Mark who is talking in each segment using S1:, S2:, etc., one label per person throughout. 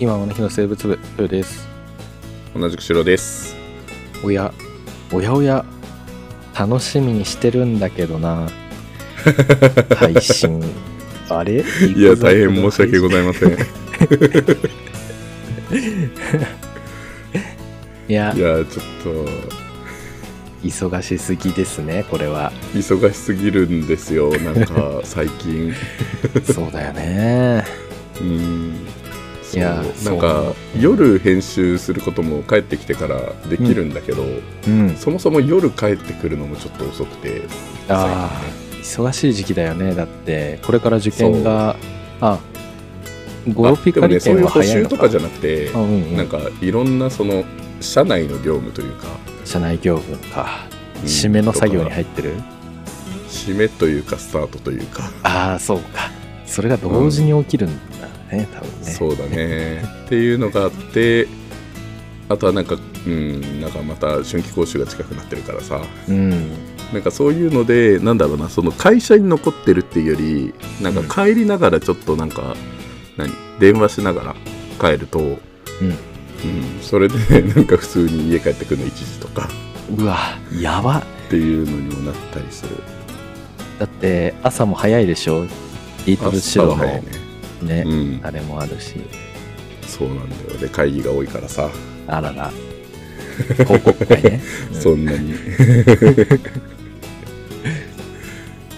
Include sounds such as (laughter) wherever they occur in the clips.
S1: 今この日の生物部ルーです
S2: 同じく白です
S1: おやおやおや楽しみにしてるんだけどな配信あれ
S2: いや大変申し訳ござい
S1: (laughs)
S2: ませんい
S1: いや
S2: やちょっと
S1: 忙しすぎですねこれは
S2: 忙しすぎるんですよなん
S1: (laughs)
S2: か最近
S1: そうだよね
S2: うんそう
S1: いや
S2: なんか
S1: そう
S2: 夜編集することも帰ってきてからできるんだけど、
S1: うん
S2: そもそも夜帰ってくるのもちょっと遅くて
S1: あ
S2: 最
S1: ー忙しい時期だよねだってこれから受験があゴロピ
S2: でも
S1: カリ
S2: ねそう
S1: 券
S2: いう
S1: は
S2: 補
S1: 早い
S2: 習
S1: の
S2: と
S1: か
S2: かじゃなくて
S1: あうんうん
S2: なんかいろんなその社内の業務というか、
S1: 社内業務か
S2: うん
S1: 締めの作業に
S2: とか
S1: 入ってる
S2: 締めというかスタートというか
S1: ああそうかそれが同時に起きるんだね、多分ね
S2: そうだねっていうのがあってあとはなんかうんなんかまた春季講習が近くなってるからさ
S1: うん
S2: なんかそういうのでなんだろうなその会社に残ってるっていうよりなんか帰りながらちょっとなんか、何電話しながら帰ると、うんそれでなんか普通に家帰ってくるの1時とか
S1: うわやば
S2: っていうのにもなったりする
S1: だって朝も早いでしょリトルシ
S2: 朝
S1: ロ
S2: は
S1: の
S2: 早い
S1: ね
S2: ね、うん、
S1: あれもあるし
S2: そうなんだよで会議が多いからさ
S1: あら
S2: (laughs)
S1: ら報告会ね、うん
S2: そんなに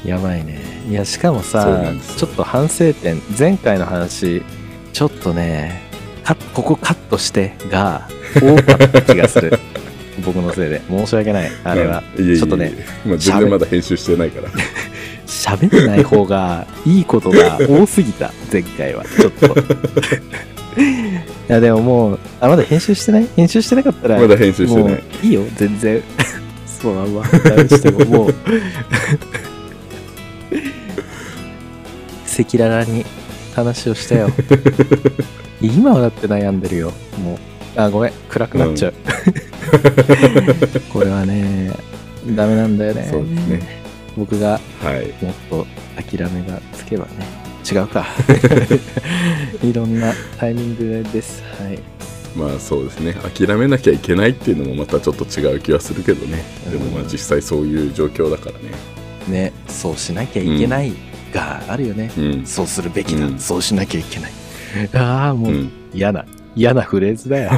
S1: やばいねいやしかも
S2: そう
S1: さ
S2: なんです
S1: ちょっと反省点前回の話ちょっとねカッここカットしてが多かった気がす
S2: (laughs)
S1: る僕のせいで申し訳ないあれは、
S2: うんいえいえいえ
S1: ちょっとね
S2: まあ、自分でまだ編集してないから
S1: 喋れない方がいいことが多すぎ
S2: (laughs)
S1: た前回はちょっといやでももうあまだ編集してない編集してなかったら
S2: まだ編集して
S1: も
S2: な
S1: う
S2: い
S1: いいよ全
S2: (laughs)
S1: 然そうあんま何してももう赤裸々に話をした
S2: (laughs)
S1: よ今はだって悩んでるよもうあごめん暗くなっちゃう、 (laughs) これはねダメなんだよね
S2: そうですね
S1: 僕が
S2: はい
S1: もっと諦めがつけばね違うか (laughs) いろんなタイミングですはい
S2: まあそうですね諦めなきゃいけないっていうのもまたちょっと違う気はするけどねでもまあ
S1: うん
S2: 実際そういう状況だからね
S1: ねそうしなきゃいけないがあるよね、
S2: うん
S1: そうするべきだ、
S2: うん
S1: そうしなきゃいけないああも
S2: う
S1: う、
S2: ん (laughs)
S1: 嫌な嫌なフレーズ (laughs) だよ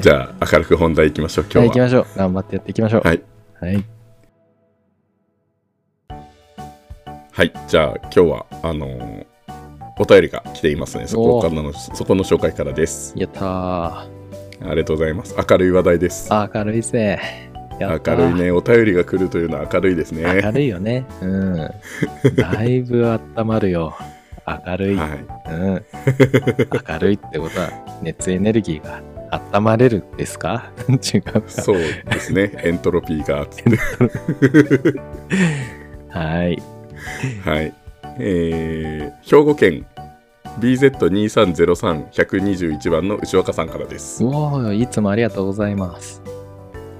S2: じゃあ明るく本題いきましょう
S1: じゃ
S2: 今
S1: あ行
S2: 日
S1: き
S2: は
S1: ましょう頑張ってやっていきましょう
S2: はい、
S1: はい、
S2: はい、じゃあ今日はあのーお便りが来ていますねそこからのそこの紹介からです
S1: やったー
S2: ありがとうございます明るい話題です
S1: あ明るいぜやった
S2: 明
S1: ー
S2: るいねお便りが来るというのは明るいですね
S1: 明るいよねうんだいぶ温まるよ明るい、
S2: はい
S1: うん、明るいってことは熱エネルギーが温まれるんですか (laughs) 違うか
S2: そうですね、エントロピーが。つって
S1: はい
S2: はい。えー、兵庫県 BZ2303121 番の牛若さんからです。
S1: おおいつもありがとうございます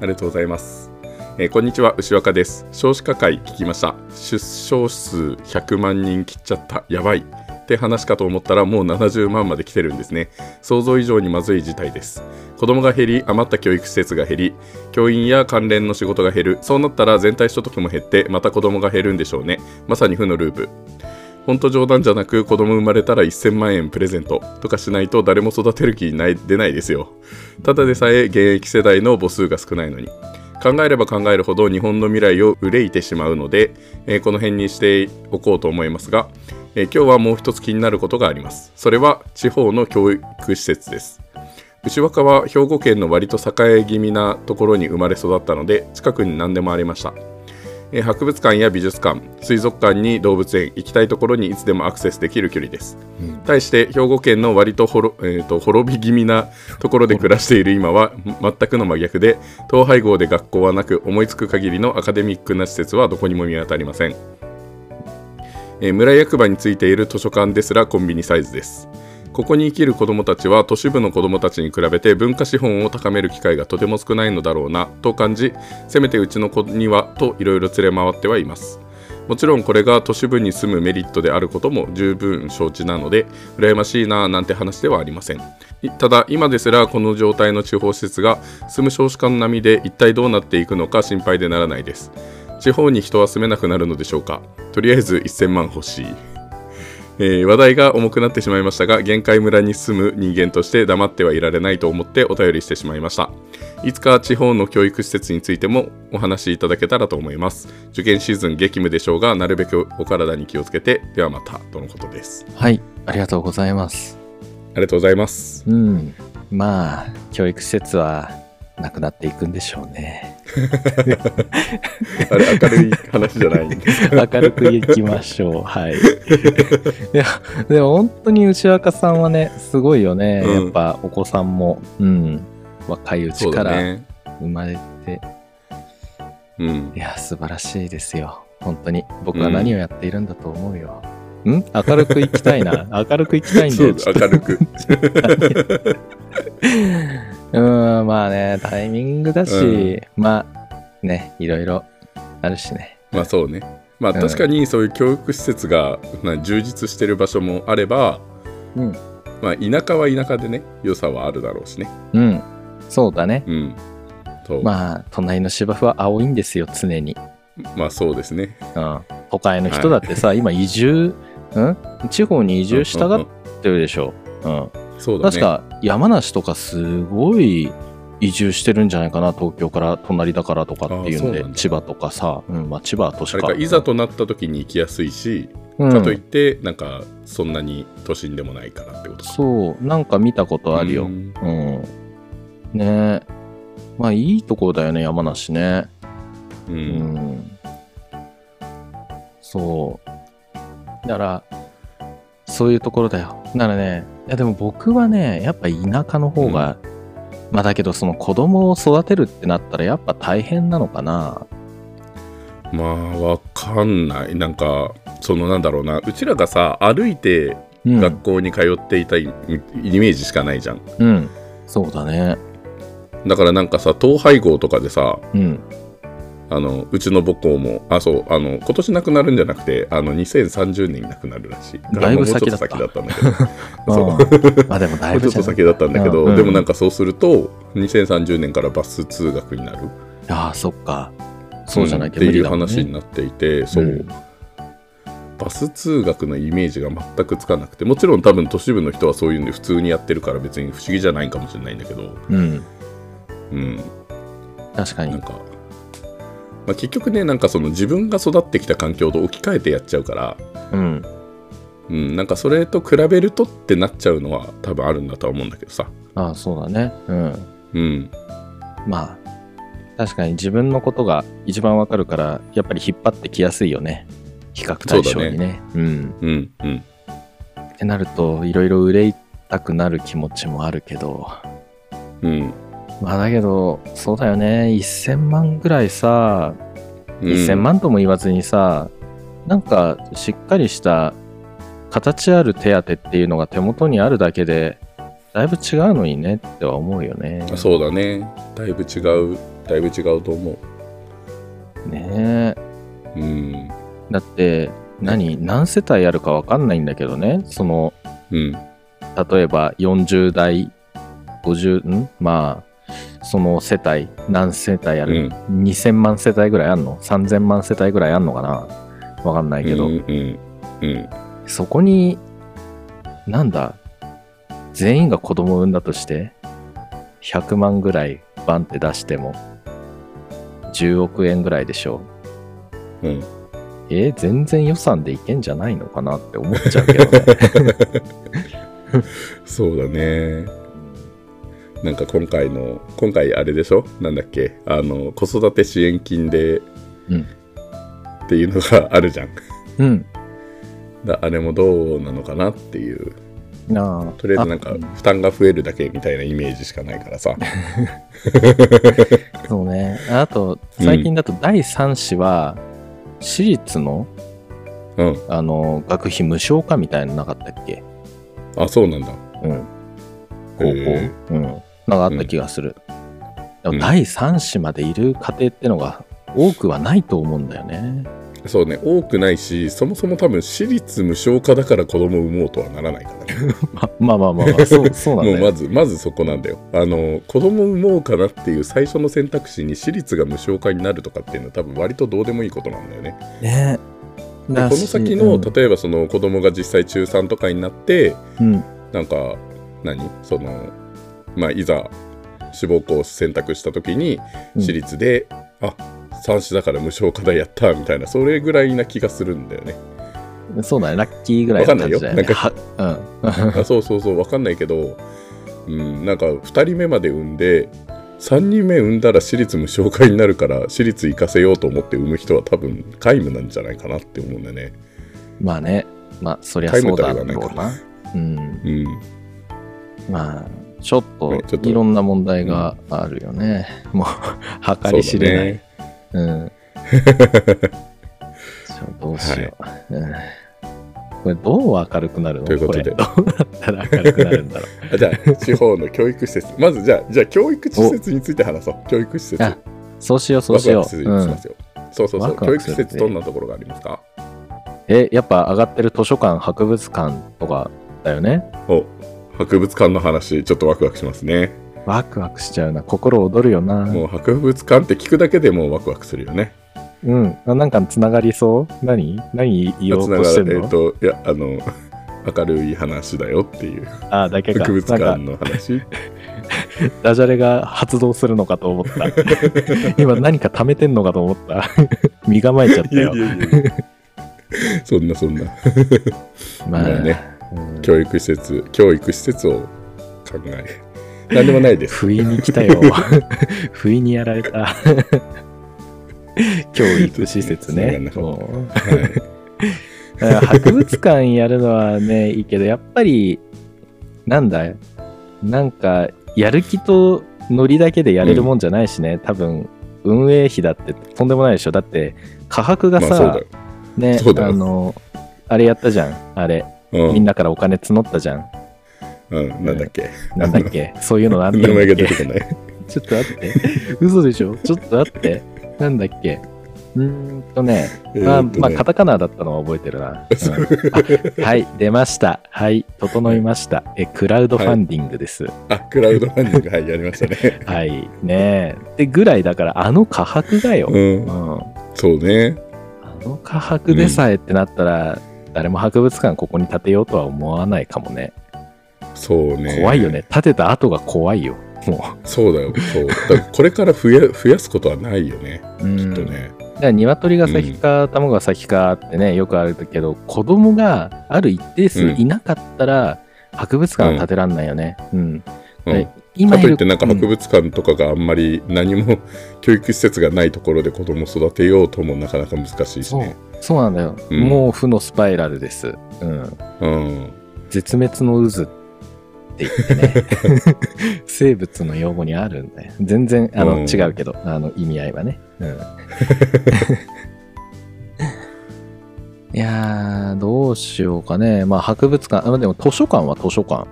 S2: ありがとうございます。えーこんにちは、牛若です。少子化会聞きました。出生数100万人切っちゃった。やばい。って話かと思ったらもう70万まで来てるんですね。想像以上にまずい事態です。子供が減り、余った教育施設が減り、教員や関連の仕事が減る。そうなったら全体所得も減って、また子供が減るんでしょうね。まさに負のループ。ほんと冗談じゃなく子供生まれたら1000万円プレゼントとかしないと誰も育てる気にない出ないですよ。ただでさえ現役世代の母数が少ないのに。考えれば考えるほど日本の未来を憂いてしまうので、えーこの辺にしておこうと思いますが、えー今日はもう一つ気になることがあります。それは地方の教育施設です。牛若は兵庫県の割と栄え気味なところに生まれ育ったので近くに何でもありました。えー博物館や美術館水族館に動物園行きたいところにいつでもアクセスできる距離です、対して兵庫県の割とほろ、えーと滅び気味なところで暮らしている今は全くの真逆で統廃合で学校はなく思いつく限りのアカデミックな施設はどこにも見当たりません、えー村役場についている図書館ですらコンビニサイズですここに生きる子どもたちは都市部の子どもたちに比べて文化資本を高める機会がとても少ないのだろうなと感じせめてうちの子にはといろいろ連れ回ってはいますもちろんこれが都市部に住むメリットであることも十分承知なので羨ましいなぁなんて話ではありませんいただ今ですらこの状態の地方施設が住む少子化の波で一体どうなっていくのか心配でならないです地方に人は住めなくなるのでしょうかとりあえず1000万欲しいえー話題が重くなってしまいましたが限界村に住む人間として黙ってはいられないと思ってお便りしてしまいましたいつか地方の教育施設についてもお話しいただけたらと思います受験シーズン激務でしょうがなるべくお体に気をつけてではまたとのことです
S1: はい、ありがとうございます。
S2: ありがとうございます
S1: うん。まあ、教育施設はなくなっていくんでしょうね。
S2: あれ明るい話じゃないんです
S1: 明るくいきまし
S2: (laughs)
S1: ょう。はい。いや、でも本当に牛若さんはね、すごいよね。
S2: うん
S1: やっぱお子さんも、うん、若いうち
S2: (laughs) そう
S1: か
S2: だ
S1: ら
S2: ね
S1: 生まれて、
S2: うん
S1: いや、素晴らしいですよ。本当に。僕は何をやっているんだと思うよ。ん明るくいきたい (laughs) な。明るくいきたいんだ
S2: そ
S1: よ。
S2: う
S1: ちょっと
S2: 明るく
S1: うーん、まあね、タイミングだし、まあ、ね、いろいろあるしね。
S2: (laughs) まあそうねまあ
S1: うん
S2: 確かにそういう教育施設がまあ充実してる場所もあれば
S1: うん。
S2: まあ田舎は田舎でね良さはあるだろうしね
S1: うん。そうだね。
S2: うんそうまあ、
S1: まあ、隣の芝生は青いんですよ、常に。
S2: そうですね
S1: うん。都会の人だってさ、今移住、うん地方に移住したがってるでしょ。うん。
S2: うんそうだね
S1: 確か、山梨とかすごい移住してるんじゃないかな、東京から隣だからとかっていうの
S2: あそう
S1: で
S2: なん、だ
S1: 千葉とかさ、うん、まあ千葉は都市
S2: あれ
S1: か。
S2: かいざとなった時に行きやすいし、
S1: うん
S2: かといってなんかそんなに都心でもないからってことか
S1: そう、なんか見たことあるよ。
S2: うん
S1: うん。ねえ。まあいいところだよね、山梨ね。
S2: う
S1: うんん。そう。だから、そういうところだよ。ならね、いやでも僕はね、やっぱ田舎の方が、まあだけどその子供を育てるってなったらやっぱ大変なのかな。
S2: まあわかんないなんかそのなんだろうなうちらがさ歩いて
S1: うん。
S2: 学校に通っていたイ,、イメージしかないじゃん
S1: うん。そうだね。
S2: だからなんかさ統廃合とかでさ
S1: うん。
S2: あのうちの母校もあそうあの今年なくなるんじゃなくてあの2030年になくなるらしいから
S1: だいぶ
S2: もうち
S1: 先
S2: ょっ
S1: だ
S2: と
S1: った
S2: 先だったんだけ
S1: (laughs)
S2: ど
S1: うん
S2: そう
S1: まあでもだ
S2: も
S1: いう
S2: ち
S1: ぶじゃない
S2: ょっと先だったんだけど、
S1: うんうん
S2: でもなんかそうすると2030年からバス通学になる
S1: ああ、そっか。そうじゃない
S2: っ
S1: け
S2: て
S1: ど、無
S2: い
S1: 理
S2: う
S1: だもんね
S2: 話になっていて、そう、
S1: うん
S2: バス通学のイメージが全くつかなくてもちろん多分都市部の人はそういうので普通にやってるから別に不思議じゃないかもしれないんだけど、
S1: うん。
S2: うん、
S1: 確かに
S2: なん。か、まあ、結局ねなんかその自分が育ってきた環境と置き換えてやっちゃうから、
S1: うん。
S2: うん、なんかそれと比べるとってなっちゃうのは多分あるんだとは思うんだけどさ、
S1: ああ、そうだね。うん。
S2: うん、
S1: まあ確かに自分のことが一番わかるからやっぱり引っ張ってきやすいよね比較対象にねうん
S2: うんうん
S1: ってなるといろいろ憂いたくなる気持ちもあるけど
S2: うん
S1: まあだけどそうだよね1000万ぐらいさ、
S2: うん
S1: 1000万とも言わずにさなんかしっかりした形ある手当っていうのが手元にあるだけでだいぶ違うのにねっては思うよね
S2: そうだねだいぶ違うだいぶ違うと思う
S1: ねえ
S2: うん
S1: だって何何世帯あるかわかんないんだけどねその
S2: うん
S1: 例えば40代50んまあその世帯何世帯ある、2000万世帯ぐらいあんの3000万世帯ぐらいあんのかなわかんないけど、
S2: うんうんうん
S1: そこになんだ全員が子供を産んだとして100万ぐらいバンって出しても10億円ぐらいでしょ
S2: うん
S1: えー全然予算でいけんじゃないのかなって思っちゃうけどね
S2: (laughs) そうだねなんか今回の今回あれでしょなんだっけあの子育て支援金で、
S1: うん
S2: っていうのがあるじゃん
S1: うん
S2: だあれもどうなのかなっていう
S1: なあ
S2: とりあえずなんか負担が増えるだけみたいなイメージしかないか
S1: (laughs)
S2: らさ
S1: あそうねあと最近だと第3子は私立の
S2: うん
S1: あの学費無償化みたいなのなかったっけ
S2: あそうなんだ
S1: うん高校
S2: へ
S1: うんなんかあった気がする、で
S2: うん
S1: も第3子までいる家庭ってのが多くはないと思うんだよね
S2: そうね多くないしそもそも多分私立無償化だから子供を産もうとはならないからね
S1: (laughs) ままあまあまあ、まあ、そうそうなんだ
S2: (laughs) も
S1: よ
S2: うまずまずそこなんだよあの子供を産もうかなっていう最初の選択肢に私立が無償化になるとかっていうのは多分割とどうでもいいことなんだよね
S1: ね
S2: でこの先の、
S1: うん
S2: 例えばその子供が実際中3とかになって
S1: うん、
S2: なんか何そのまあいざ志望校を選択した時に
S1: うん
S2: 私立で、あ三子だから無償化だやったみたいなそれぐらいな気がするんだよね
S1: そうだねラッキーぐらいの感じだよね
S2: わか
S1: はうん
S2: あそうそうそうわかんないけど、うん、なんか2人目まで産んで3人目産んだら私立無償化になるから私立行かせようと思って産む人は多分皆無なんじゃないかなって思うんだよね
S1: まあね、まあそりゃそうだろう
S2: タイムとは言わ
S1: な。うん、
S2: うん
S1: まあちょっと
S2: ねちょっと
S1: いろんな問題があるよね。 (laughs)
S2: (laughs)
S1: もう計り知れない。う
S2: ね (laughs)
S1: ん。ちょどうしよう、うん。これどう明るくなるの
S2: ということで
S1: れどうなったら明るくなるんだろう。
S2: (laughs) あじゃあ地方の教育施設 (laughs) まずじゃあじゃあ教育施設について話そう教育施設
S1: あそうしよう、そうし
S2: ワ
S1: よ
S2: クワク
S1: う。
S2: する
S1: う
S2: し
S1: ん
S2: ますよ、そうそうそ
S1: ワ
S2: う
S1: ク
S2: 教
S1: ワク
S2: 育
S1: する
S2: 施設どんなところがありますか
S1: え、やっぱ上がってる図書館、博物館とかだよね。
S2: お博物館の話ちょっとワクワクしますね
S1: ワクワクしちゃうな。心躍るよな。
S2: もう博物館って聞くだけでもうワクワクするよね
S1: うん。あなんかつながりそう何何言おう
S2: つな
S1: と
S2: が
S1: して
S2: る
S1: ん
S2: え
S1: の
S2: っ、といやあの (laughs) 明るい話だよっていう
S1: あだけか。
S2: 博物
S1: な
S2: 館
S1: んか
S2: の話
S1: ダジャレが発動するのかと思った。 (laughs) 今何か貯めてんのかと思った。 (laughs) 身構えちゃった
S2: いや
S1: よ
S2: い。やいやいや
S1: (laughs)
S2: そんなそんな
S1: まあ
S2: まあね
S1: うん
S2: 教育施設教育施設を考え何でもないです
S1: 不意に来たよ。 (laughs) 不意にやられた。 (laughs) 教育施設ね。
S2: そうなんだ
S1: もうだから博物館やるのはね、いいけど、やっぱり、なんだ、なんか、やる気とノリだけでやれるもんじゃないしね、多分、運営費だってとんでもないでしょ。だって、価格が
S2: まあそう
S1: さ、
S2: だよ
S1: ね、
S2: そうだよ
S1: あの、あれやったじゃん、あれ、
S2: う
S1: みん
S2: ん、
S1: なからお金募ったじゃん。
S2: うん、なんだっけ
S1: なんだっ
S2: (laughs)
S1: け、そういうのあったん
S2: 名
S1: だっ
S2: 前が出
S1: け。
S2: てこない
S1: ちょっと待って、嘘でしょ、ちょっと待って、なんだっけ。うーんとね、 (laughs) まあ、
S2: えーっとね
S1: まあ、カタカナだったのは覚えてるな。うんあはい、出ました。はい、整いました。え、クラウドファンディングです。は
S2: あクラウドファンディングはいやりましたね
S1: (laughs) い、ねえ。で、ぐらいだから、あの価格がよ。うん。
S2: うん
S1: あ
S2: そうね
S1: の価格でさえってなったら、誰も博物館ここに建てようとは思わないかもね。
S2: そうね
S1: 怖いよね。建てた後が怖いよ。も
S2: そうだよそうだからこれから増や増やすことはないよね
S1: う。うん
S2: きっとね、
S1: だから鶏が先か卵が先かってね、よくあるけど子供がある一定数いなかったら、博物館は建てらんないよね。うん。
S2: うん
S1: で今
S2: か
S1: い
S2: と
S1: る
S2: いってなんか
S1: うん
S2: 博物館とかがあんまり何も (laughs) 教育施設がないところで子供を育てようともなかなか難しいし
S1: そう
S2: ね。
S1: そうなんだよ、
S2: うん
S1: もう負のスパイラルです。うん。
S2: うん、
S1: 絶滅の渦って言って
S2: (laughs)
S1: ね。生物の用語にあるんだよ。全然あの、
S2: うん
S1: 違うけど、あの意味合いはね。
S2: (laughs)
S1: うん。いやー、どうしようかね。まあ、博物館、あでも図書館は図書館。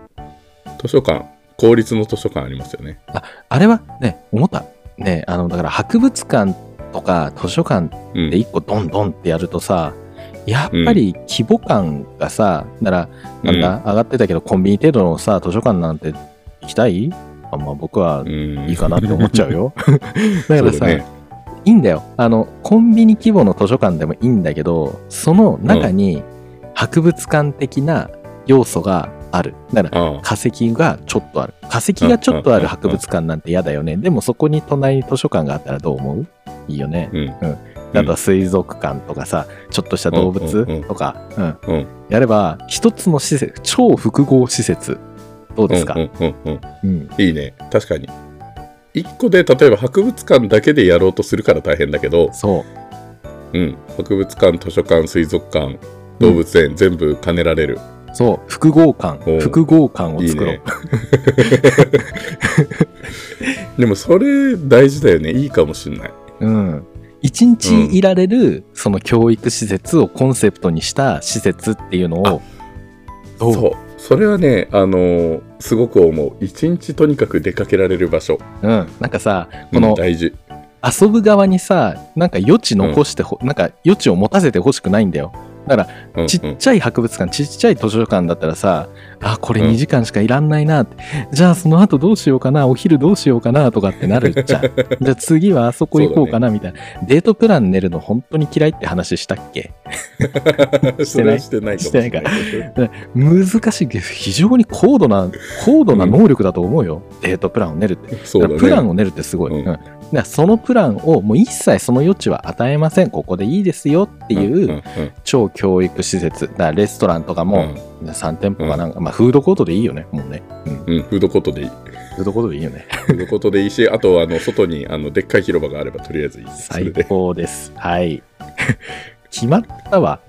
S2: 図書館公立の図書館ありますよね。
S1: あれはね、思った。ね、あの、だから博物館とか図書館
S2: う
S1: で
S2: ん、
S1: 一個ドンドンってやるとさ、やっぱり規模感がさ、なら、なんだ、上がってたけど、コンビニ程度のさ、図書館なんて行きたいあんまあ僕は
S2: うん、
S1: いいかなって思っちゃうよ。だ
S2: そ
S1: か
S2: うだ
S1: らさ、
S2: ね、
S1: いいんだよ。あの、コンビニ規模の図書館でもいいんだけど、その中に博物館的な要素がある。だから
S2: (laughs) あ
S1: 化石がちょっとある化石がちょっとある博物館なんて嫌だよねでもそこに隣に図書館があったらどう思ういいよね
S2: あ、うん、うん
S1: あとは水族館とかさちょっとした動物とか
S2: うんうんうん
S1: うんやれば一つの施設超複合施設どうですか、
S2: うんうんうんうん
S1: うん
S2: いいね確かに一個で例えば博物館だけでやろうとするから大変だけど、
S1: そう
S2: うん、博物館図書館水族館動物園、全部兼ねられる
S1: そう複合
S2: お
S1: 館
S2: う
S1: 複合館を
S2: いい
S1: 作ろう
S2: ね (laughs) でもそれ大事だよねいいかもしんない
S1: うん一日いられる、その教育施設をコンセプトにした施設っていうのをどう
S2: そうそれはねあのーすごく思う一日とにかく出かけられる場所
S1: うん、なんかさ
S2: う
S1: こ
S2: ん
S1: の、
S2: 大事
S1: 遊ぶ側にさなんか余地残してほ、なんか余地を持たせてほしくないんだよ
S2: うん
S1: ち
S2: う
S1: っ
S2: ん
S1: ちゃい博物館ちっちゃい図書館だったらさあこれ
S2: うん
S1: 2時間しかいらんないなって、じゃあその後どうしようかなお昼どうしようかなとかってな
S2: (laughs)
S1: るじゃんじゃあ次はあそこ行こうかなみたいな、デートプラン練るの本当に嫌いって話したっけ
S2: (laughs) それはしてないかもしれない
S1: して難しいけど非常に高度な高度な能力だと思うよ、デートプランを練るって
S2: (laughs) そうだね
S1: プランを練るってすごい。
S2: うん
S1: うんだからそのプランをもう一切その余地は与えません。ここでいいですよって
S2: ん
S1: いうん
S2: ん
S1: 超教育施設。だからレストランとかも3店舗かなんか、まあフードコートでいいよね。もうね。
S2: うんうんフードコートでいい
S1: フードコートでいいよね。 (laughs)
S2: フードコートでいいしあとはあの外にあのでっかい広場があればとりあえずいいですそれ
S1: 最
S2: で
S1: 高です。はい。 (laughs) 決まったわ。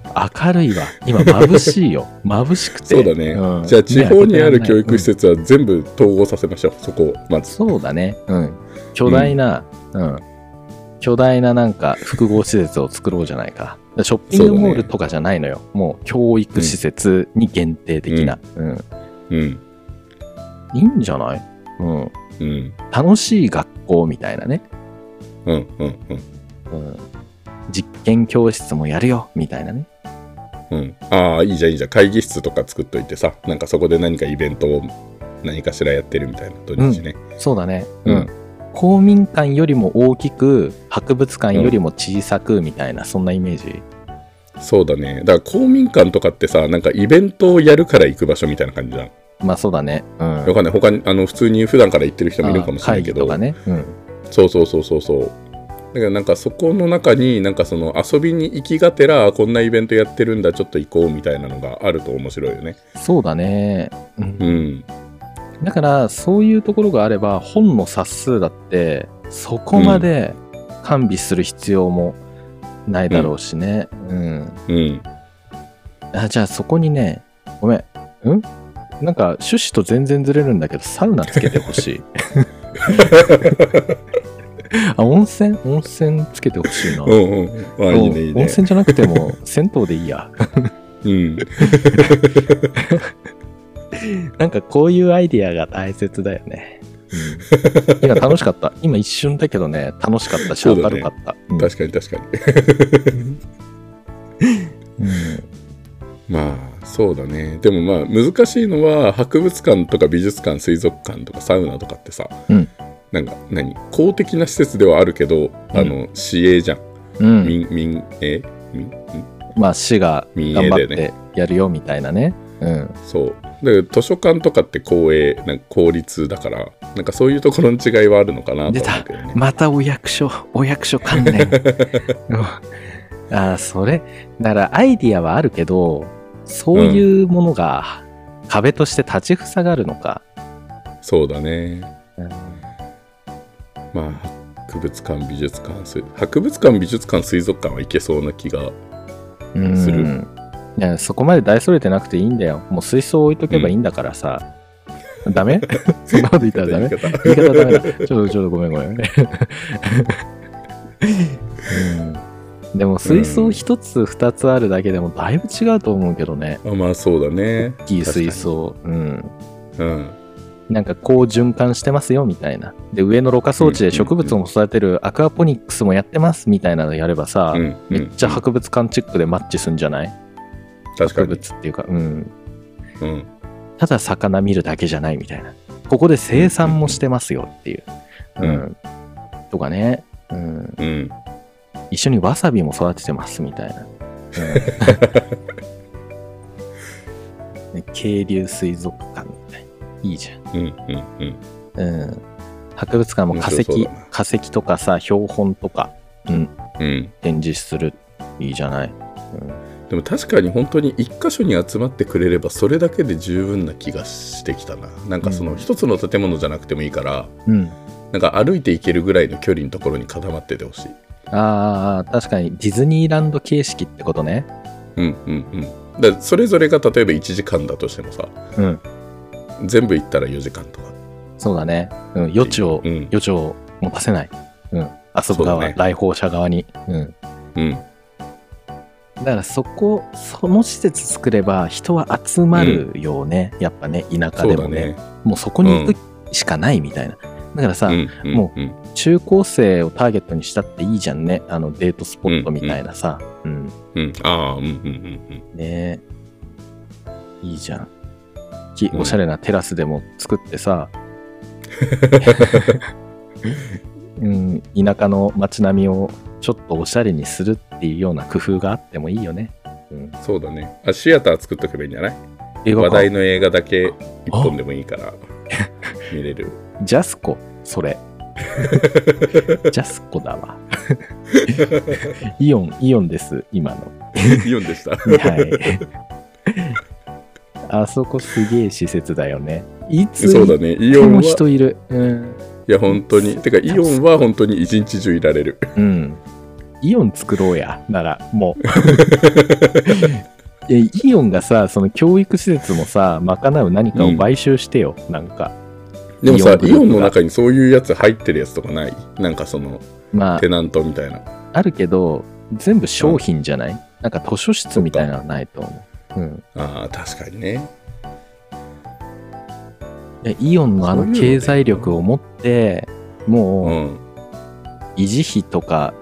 S1: 明るいわ。今眩し (laughs) いよ。眩しくて。
S2: そうだね、
S1: うん
S2: じゃあ地方にある
S1: ね
S2: 教育施設は全部統合させましょう、そこをまず
S1: そうだね。うん。巨大な、うん。巨大ななんか複合施設を作ろうじゃないか。ショッピングモールとかじゃないのよ。もう教育施設に限定的な。うん。
S2: うん
S1: いいんじゃないうん。
S2: うん
S1: 楽しい学校みたいなね。
S2: うんうんう
S1: う
S2: ん
S1: ん。実験教室もやるよ、みたいなね。
S2: うん、ああいいじゃんいいじゃん会議室とか作っといてさなんかそこで何かイベントを何かしらやってるみたいな土日ね、
S1: そうだね。
S2: うん
S1: 公民館よりも大きく、博物館よりも小さく、みたいな、そんなイメージ。
S2: そうだねだから公民館とかってさなんかイベントをやるから行く場所みたいな感じじゃん
S1: まあそうだね。うん。
S2: わかんない他にあの普通に普段から行ってる人もいるかもしれないけど
S1: あ会議とかね。うん。
S2: そうそうそうそうそうだからなんかそこの中になんかその遊びに行きがてらあこんなイベントやってるんだちょっと行こうみたいなのがあると面白いよね
S1: そうだね。うん
S2: うん
S1: だから、そういうところがあれば、本の冊数だって、そこまで完備する必要もないだろうしね。うん。
S2: うん
S1: あじゃあ、そこにね、ごめん。うんなんか、趣旨と全然ずれるんだけど、サウナつけてほし
S2: (laughs)
S1: い。あ、温泉温泉つけてほしいな。
S2: うんうんまあいいねいい
S1: 温
S2: ね
S1: 泉じゃなくても、銭湯でいいや。
S2: うん
S1: なんかこういうアイディアが大切だよね。今楽しかった。今一瞬だけどね、楽しかったし、
S2: そ
S1: 明
S2: うだ
S1: る
S2: ね
S1: かった。うん
S2: 確かに確かに
S1: うん
S2: まあそうだねでもまあ難しいのは博物館とか美術館水族館とかサウナとかってさ、
S1: うん
S2: なんか何公的な施設ではあるけど、あの市営じゃん
S1: うん
S2: 民民営民
S1: まあ、市が
S2: 民
S1: 頑
S2: 営だ
S1: 張っ
S2: よね
S1: てやるよみたいなね。うん、
S2: そうだから図書館とかって公営なんか公立だからなんかそういうところの違いはあるのかなと
S1: 出
S2: 思
S1: た
S2: うけどね
S1: またお役所、お役所関 (laughs) 連。うんああ、それ、だからアイディアはあるけど、そういうものが壁として立ちふさがるのか。
S2: そうだね
S1: うん
S2: まあ博物館美術館水博物館美術館水族館はいけそうな気が
S1: うん
S2: する
S1: いやそこまで大それてなくていいんだよもう水槽置いとけばいいんだからさ、ダ (laughs) メそんなこと言ったらダメ
S2: 言い方
S1: 言い方ダメだちょっとちょっとごめんごめん、うん、でも水槽一つ二つあるだけでもだいぶ違うと思うけどね
S2: あまあそうだね
S1: 大きい水槽うん
S2: うん
S1: なんかこう循環してますよみたいなで上のろ過装置で植物も育てるアクアポニックスもやってますみたいなのやればさ、
S2: うんうん
S1: めっちゃ博物館チックでマッチすんじゃない
S2: 確
S1: 博
S2: かに、
S1: 物っていうか、うん、
S2: うん、
S1: ただ魚見るだけじゃないみたいな。ここで生産もしてますよっていう。
S2: う
S1: うんん。とかね、うん。
S2: うん、
S1: 一緒にわさびも育ててますみたいな。
S2: (laughs)
S1: うんね渓流水族館みたいな。いいじ
S2: うん、うん、うん。
S1: ゃん。うん。博物館も化石
S2: 面白そうだな、
S1: 化石とかさ、標本とか
S2: うん、
S1: 展示する。いいじゃない。
S2: でも確かに本当に一箇所に集まってくれればそれだけで十分な気がしてきたななんかそ
S1: う
S2: の
S1: ん
S2: 一つの建物じゃなくてもいいから、
S1: うん。
S2: なんか歩いて行けるぐらいの距離のところに固まっててほしい
S1: ああ、確かにディズニーランド形式ってことね。
S2: うんうんうんだからそれぞれが例えば1時間だとしてもさ
S1: うん。
S2: 全部行ったら4時間とか
S1: そうだね。うん。余地を
S2: うん
S1: 余地を持たせない、うん、遊ぶ
S2: そうだ
S1: 側、
S2: ね
S1: 来訪者側に、うん、
S2: うん
S1: だからそこその施設作れば人は集まるよね、やっぱね田舎
S2: そ
S1: で
S2: うだ
S1: もね
S2: ね
S1: もうそこに行くしかないみたいな、だからさ、
S2: うんうん
S1: も
S2: うん
S1: 中高生をターゲットにしたっていいじゃんね。あの、デートスポットみたいなさ。うん、
S2: うんああうんうんうん
S1: ねえ。いいじゃん。き
S2: うん
S1: おしゃれなテラスでも作って (laughs) さ、うん、田舎の街並みをちょっとおしゃれにするっていうような工夫があってもいいよね。うん、
S2: うんそうだねあシアター作っとけばいいんじゃない
S1: 映画
S2: 話題
S1: 館
S2: の映画だけ一本でもいいから
S1: (laughs)
S2: 見れる
S1: ジャスコ、そ (laughs) れ。ジャスコだわ。 (laughs) イオン、イオンです、今の。
S2: イオンで
S1: (laughs)
S2: した
S1: はい。 (laughs) あそこすげえ施設だよね。いつ
S2: そう
S1: 行っ
S2: だねイ
S1: て
S2: オン
S1: も
S2: は
S1: 人いる。うん。
S2: いや本当にてかイオンは本当に一日中いられる
S1: うん。イオン作ろうや、なら、も (laughs) う。いやイオンがさ、その教育施設もさ、賄う何かを買収してよ、なんか。
S2: でもさ
S1: イ
S2: イ
S1: オン
S2: オンの中にそういうやつ入ってるやつとかないなんかその
S1: まあ
S2: テ、ナントみたいな
S1: あるけど、全部商品じゃない、なんか図書室みたいなのはないと思う。うん。
S2: あー確かにね
S1: いやイオンのあの経済力を持って、
S2: う
S1: も
S2: ん
S1: う維持費とか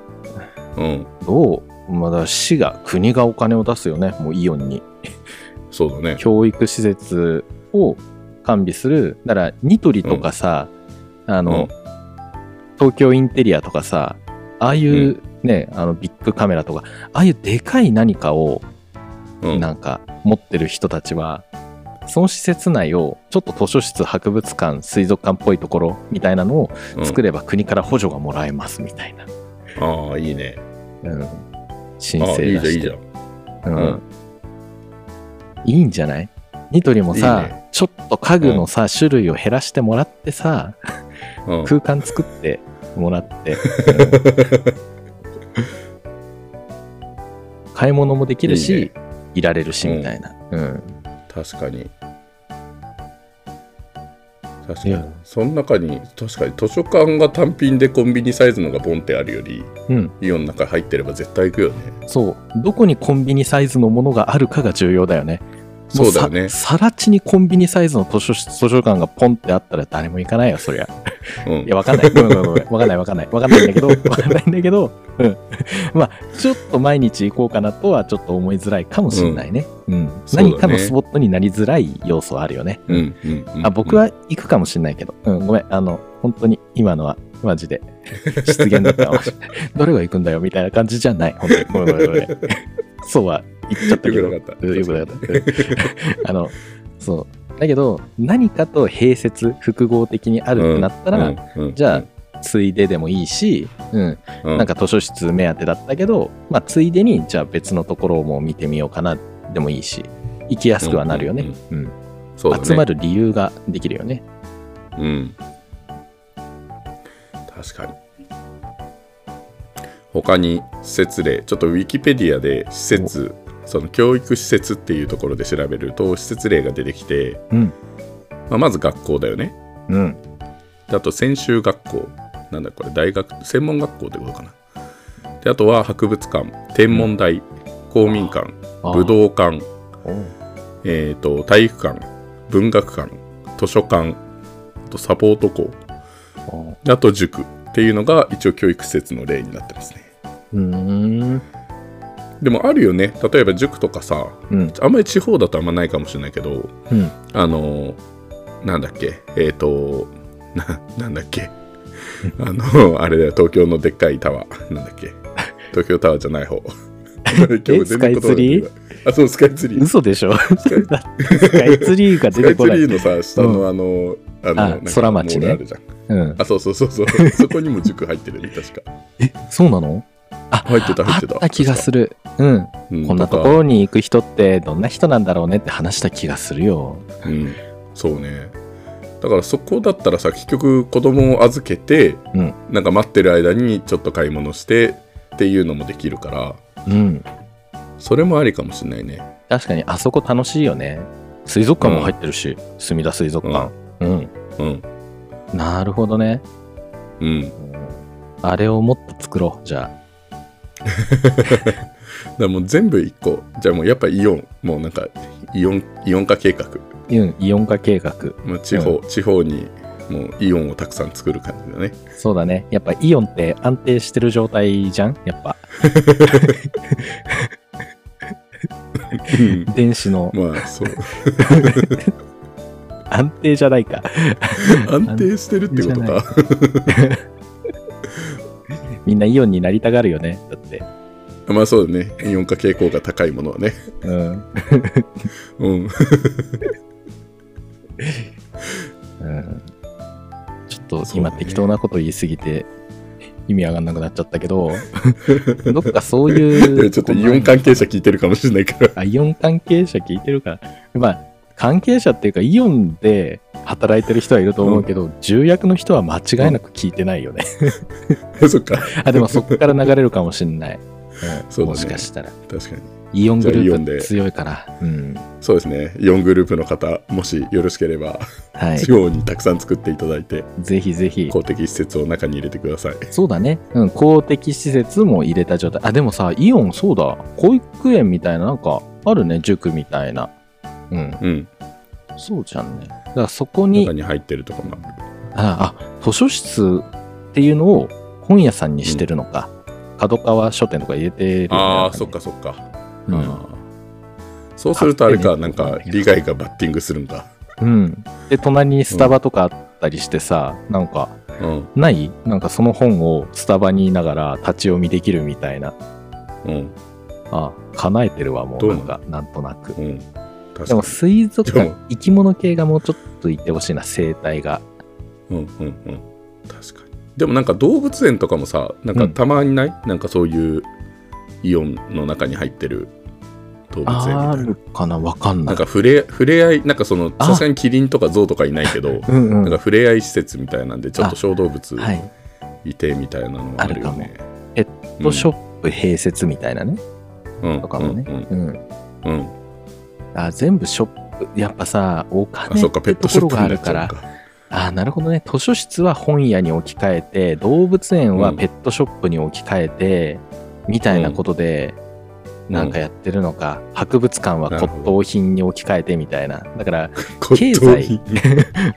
S2: うん
S1: を、まあだから市が、国がお金を出すよね、もうイオンに。
S2: そうだね
S1: 教育施設を完備するだからニトリとかさ、あの、東京インテリアとかさああいうね、あのビッグカメラとかああいうでかい何かを
S2: うん、うん、
S1: なんか持ってる人たちは、その施設内をちょっと図書室博物館水族館っぽいところみたいなのを作れば国から補助がもらえますみたいな、
S2: ああいいね
S1: うん、申
S2: ああ
S1: 請
S2: いい
S1: 出
S2: じゃ
S1: し
S2: んいいじ
S1: て
S2: ゃん
S1: うんいいんじゃないニトリもさ
S2: いいね
S1: ちょっと家具のさ、種類を減らしてもらってさ
S2: うん
S1: 空間作ってもらって、 (laughs) うん買い物もできるし
S2: (laughs) い
S1: い
S2: いね
S1: られるしみたいな、うん
S2: 確かに確か
S1: い
S2: に
S1: や
S2: その中に確かに図書館が単品でコンビニサイズのがボンってあるより
S1: うん、
S2: イオンの中入ってれば絶対行くよね
S1: そうどこにコンビニサイズのものがあるかが重要だよねも
S2: そうだよね
S1: さ更地にコンビニサイズの図書室図書館がポンってあったら誰も行かないよそりゃ
S2: うん
S1: いや、わかん (laughs) ない。ごめんごめんごめん。わかんないわかんない。わかんないんだけ
S2: (laughs)
S1: ど、わかんないんだけど、うん。まあ、ちょっと毎日行こうかなとはちょっと思いづらいかもしれないね。うん。
S2: そうだね
S1: 何かのスポットになりづらい要素はあるよね。
S2: うんうんうん
S1: あ、僕は行くかもしれないけど、うん、ごめん。あの、本当に今のは、マジで、失言だった
S2: (laughs)
S1: かもしれない。どれが行くんだよみたいな感じじゃない。本当に。ごめんごめんごめん。そうは言っちゃったけど。
S2: よくなかった
S1: うんよくなかった。うんあの、そう。だけど、何かと併設、複合的にあるってなったら、
S2: うんうん
S1: じゃついででもいいし、うん、
S2: うん
S1: なんか図書室目当てだったけど、まあ、ついでにじゃあ別のところも見てみようかなでもいいし行きやすくはなるよね、うん
S2: そうだね
S1: 集まる理由ができるよね
S2: うん確かに他に施設例ちょっとウィキペディアで施設その教育施設っていうところで調べると施設例が出てきて、
S1: うん
S2: まあ、まず学校だよね
S1: うん
S2: であと専修学校なんだこれ大学専門学校ってことかなであとは博物館天文台、公民館
S1: あー
S2: 武道館、
S1: おう
S2: えー、と体育館文学館図書館あとサポート校
S1: おう
S2: あと塾っていうのが一応教育施設の例になってますね
S1: うーん
S2: でもあるよね例えば塾とかさ
S1: うん
S2: あんまり地方だとあんまないかもしれないけど
S1: うん
S2: あのなんだっけえっ、とななんだっ
S1: (laughs)
S2: けあのあれだよ東京のでっかいタワーなんだっけ東京タワーじゃな
S1: (laughs)
S2: い方今日全然言葉が出てこないあそうスカイツリー
S1: 嘘でしょスカイツリーが
S2: ス
S1: 出
S2: カ
S1: て
S2: イ
S1: こ
S2: ツ
S1: ない、
S2: リーのさ下のあの、あの
S1: あ
S2: なんか
S1: 空町ね
S2: モールあるじゃん
S1: うん、
S2: あそうそうそ
S1: (laughs)
S2: うそうそこにも塾入ってるね確か
S1: えそうなの
S2: 入ってた入
S1: あ
S2: っ
S1: って
S2: た
S1: た気がするうん
S2: う
S1: こんなところに行く人ってどんな人なんだろうねって話した気がするよ
S2: うん、そうねだからそこだったらさ結局子供を預けて、
S1: うん
S2: なんか待ってる間にちょっと買い物してっていうのもできるから
S1: うん
S2: それもありかもしれないね
S1: 確かにあそこ楽しいよね水族館も入ってるし、すみだ水族館うん、
S2: うん
S1: なるほどね
S2: うん
S1: あれをもっと作ろうじゃ
S2: だからもう全部一個じゃあもうやっぱイオンもうなんかイオンイオン化計画、
S1: あうんイオン化計画
S2: まあ、地方、地方にもうイオンをたくさん作る感じだね
S1: そうだね。やっぱイオンって安定してる状態じゃんやっぱ。
S2: うん
S1: 電子の
S2: (laughs) まあそう
S1: 安定じゃないか。
S2: 安定してるってことか
S1: みんなイオンになりたがるよね。だって。
S2: まあそうだねイオン化傾向が高いものはね
S1: うん。
S2: うん
S1: うん、ちょっと
S2: そうだ
S1: 今
S2: ね
S1: 適当なこと言いすぎて意味わかんなくなっちゃったけ
S2: (laughs)
S1: ど、どっかそうい。
S2: いう (laughs) やちょっとイオン関係者聞いてるかもしれないから
S1: あ、イオン関係者聞いてるから。まあ、関係者っていうか、イオンで働いてる人はいると思うけど、重役の人は間違いなく聞いてないよ
S2: (laughs)
S1: ね。
S2: そっか
S1: あ、でもそこから流れるかもしんない。うん
S2: (laughs) そうだね
S1: もしかしたら。
S2: 確かに
S1: イオングル
S2: じゃあイオ
S1: ー
S2: ンで
S1: プ強いから。うん。
S2: そうですねイオングループの方もしよろしければ、
S1: はい
S2: 地。方にたくさん作っていただいて
S1: ぜひぜひ。
S2: 公的施設を中に入れてください
S1: そうだね。うん。公的施設も入れた状態。あ、でもさ、イオン、そうだ。保育園みたいな、なんか、あるね。塾みたいな。うん。
S2: うん
S1: そうじゃんね。だからそこに
S2: 中に入ってるとこもある
S1: ああ図書室っていうのを本屋さんにしてるのか、角川書店とか入れてるよね
S2: ああそっ、かそっか、あーそうするとあれか、な
S1: 勝
S2: ん
S1: 手に
S2: か利害がバッティングするんだ
S1: うんうん、で隣にスタバとかあったりしてさ、なんか
S2: うん
S1: ないなんかその本をスタバにいながら立ち読みできるみたいな
S2: うん
S1: あ叶えてるわもう
S2: どう
S1: な
S2: なの
S1: んかなんとなく
S2: うん
S1: で
S2: 確か
S1: も水族
S2: で
S1: 館
S2: も
S1: 生き物系がもうちょっといてほしいな生態が
S2: にうんうんうん確かにでもなんか動物園とかもさなんかたまにない、なんかそういうイオンの中に入ってる動物園みたい
S1: あ
S2: な
S1: るかなわかん
S2: な
S1: ない
S2: んか触れ触れ合いなんかその
S1: あ
S2: さすがにキリンとかゾウとかいないけど
S1: うんうん
S2: なんか触れ合い施設みたいなんでちょっと小動物
S1: はい
S2: いてみたいなのはあるよね。
S1: あるかペットショップ併設みたいなね、
S2: うん
S1: とかもね、
S2: うん
S1: うん、
S2: うんうん
S1: あ全部ショップやっぱさお
S2: あ
S1: 金
S2: そ
S1: っ
S2: っか
S1: て
S2: ペット
S1: と
S2: シ
S1: こ
S2: ョ
S1: ろ
S2: ップ
S1: があ
S2: にな
S1: る
S2: っ
S1: か
S2: ちゃう
S1: ら
S2: か。
S1: あなるほどね図書室は本屋に置き換えて動物園は
S2: うん
S1: ペットショップに置き換えて、みたいなことで、
S2: うん
S1: なんかやってるのか博物館は骨董品に置き換えてみたいなだ
S2: (laughs)
S1: から、
S2: 骨董品